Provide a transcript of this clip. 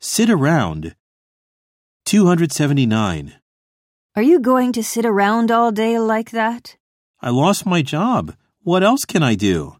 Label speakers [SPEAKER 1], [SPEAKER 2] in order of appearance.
[SPEAKER 1] Sit around. 279.
[SPEAKER 2] Are you going to sit around all day like that?
[SPEAKER 1] I lost my job. What else can I do?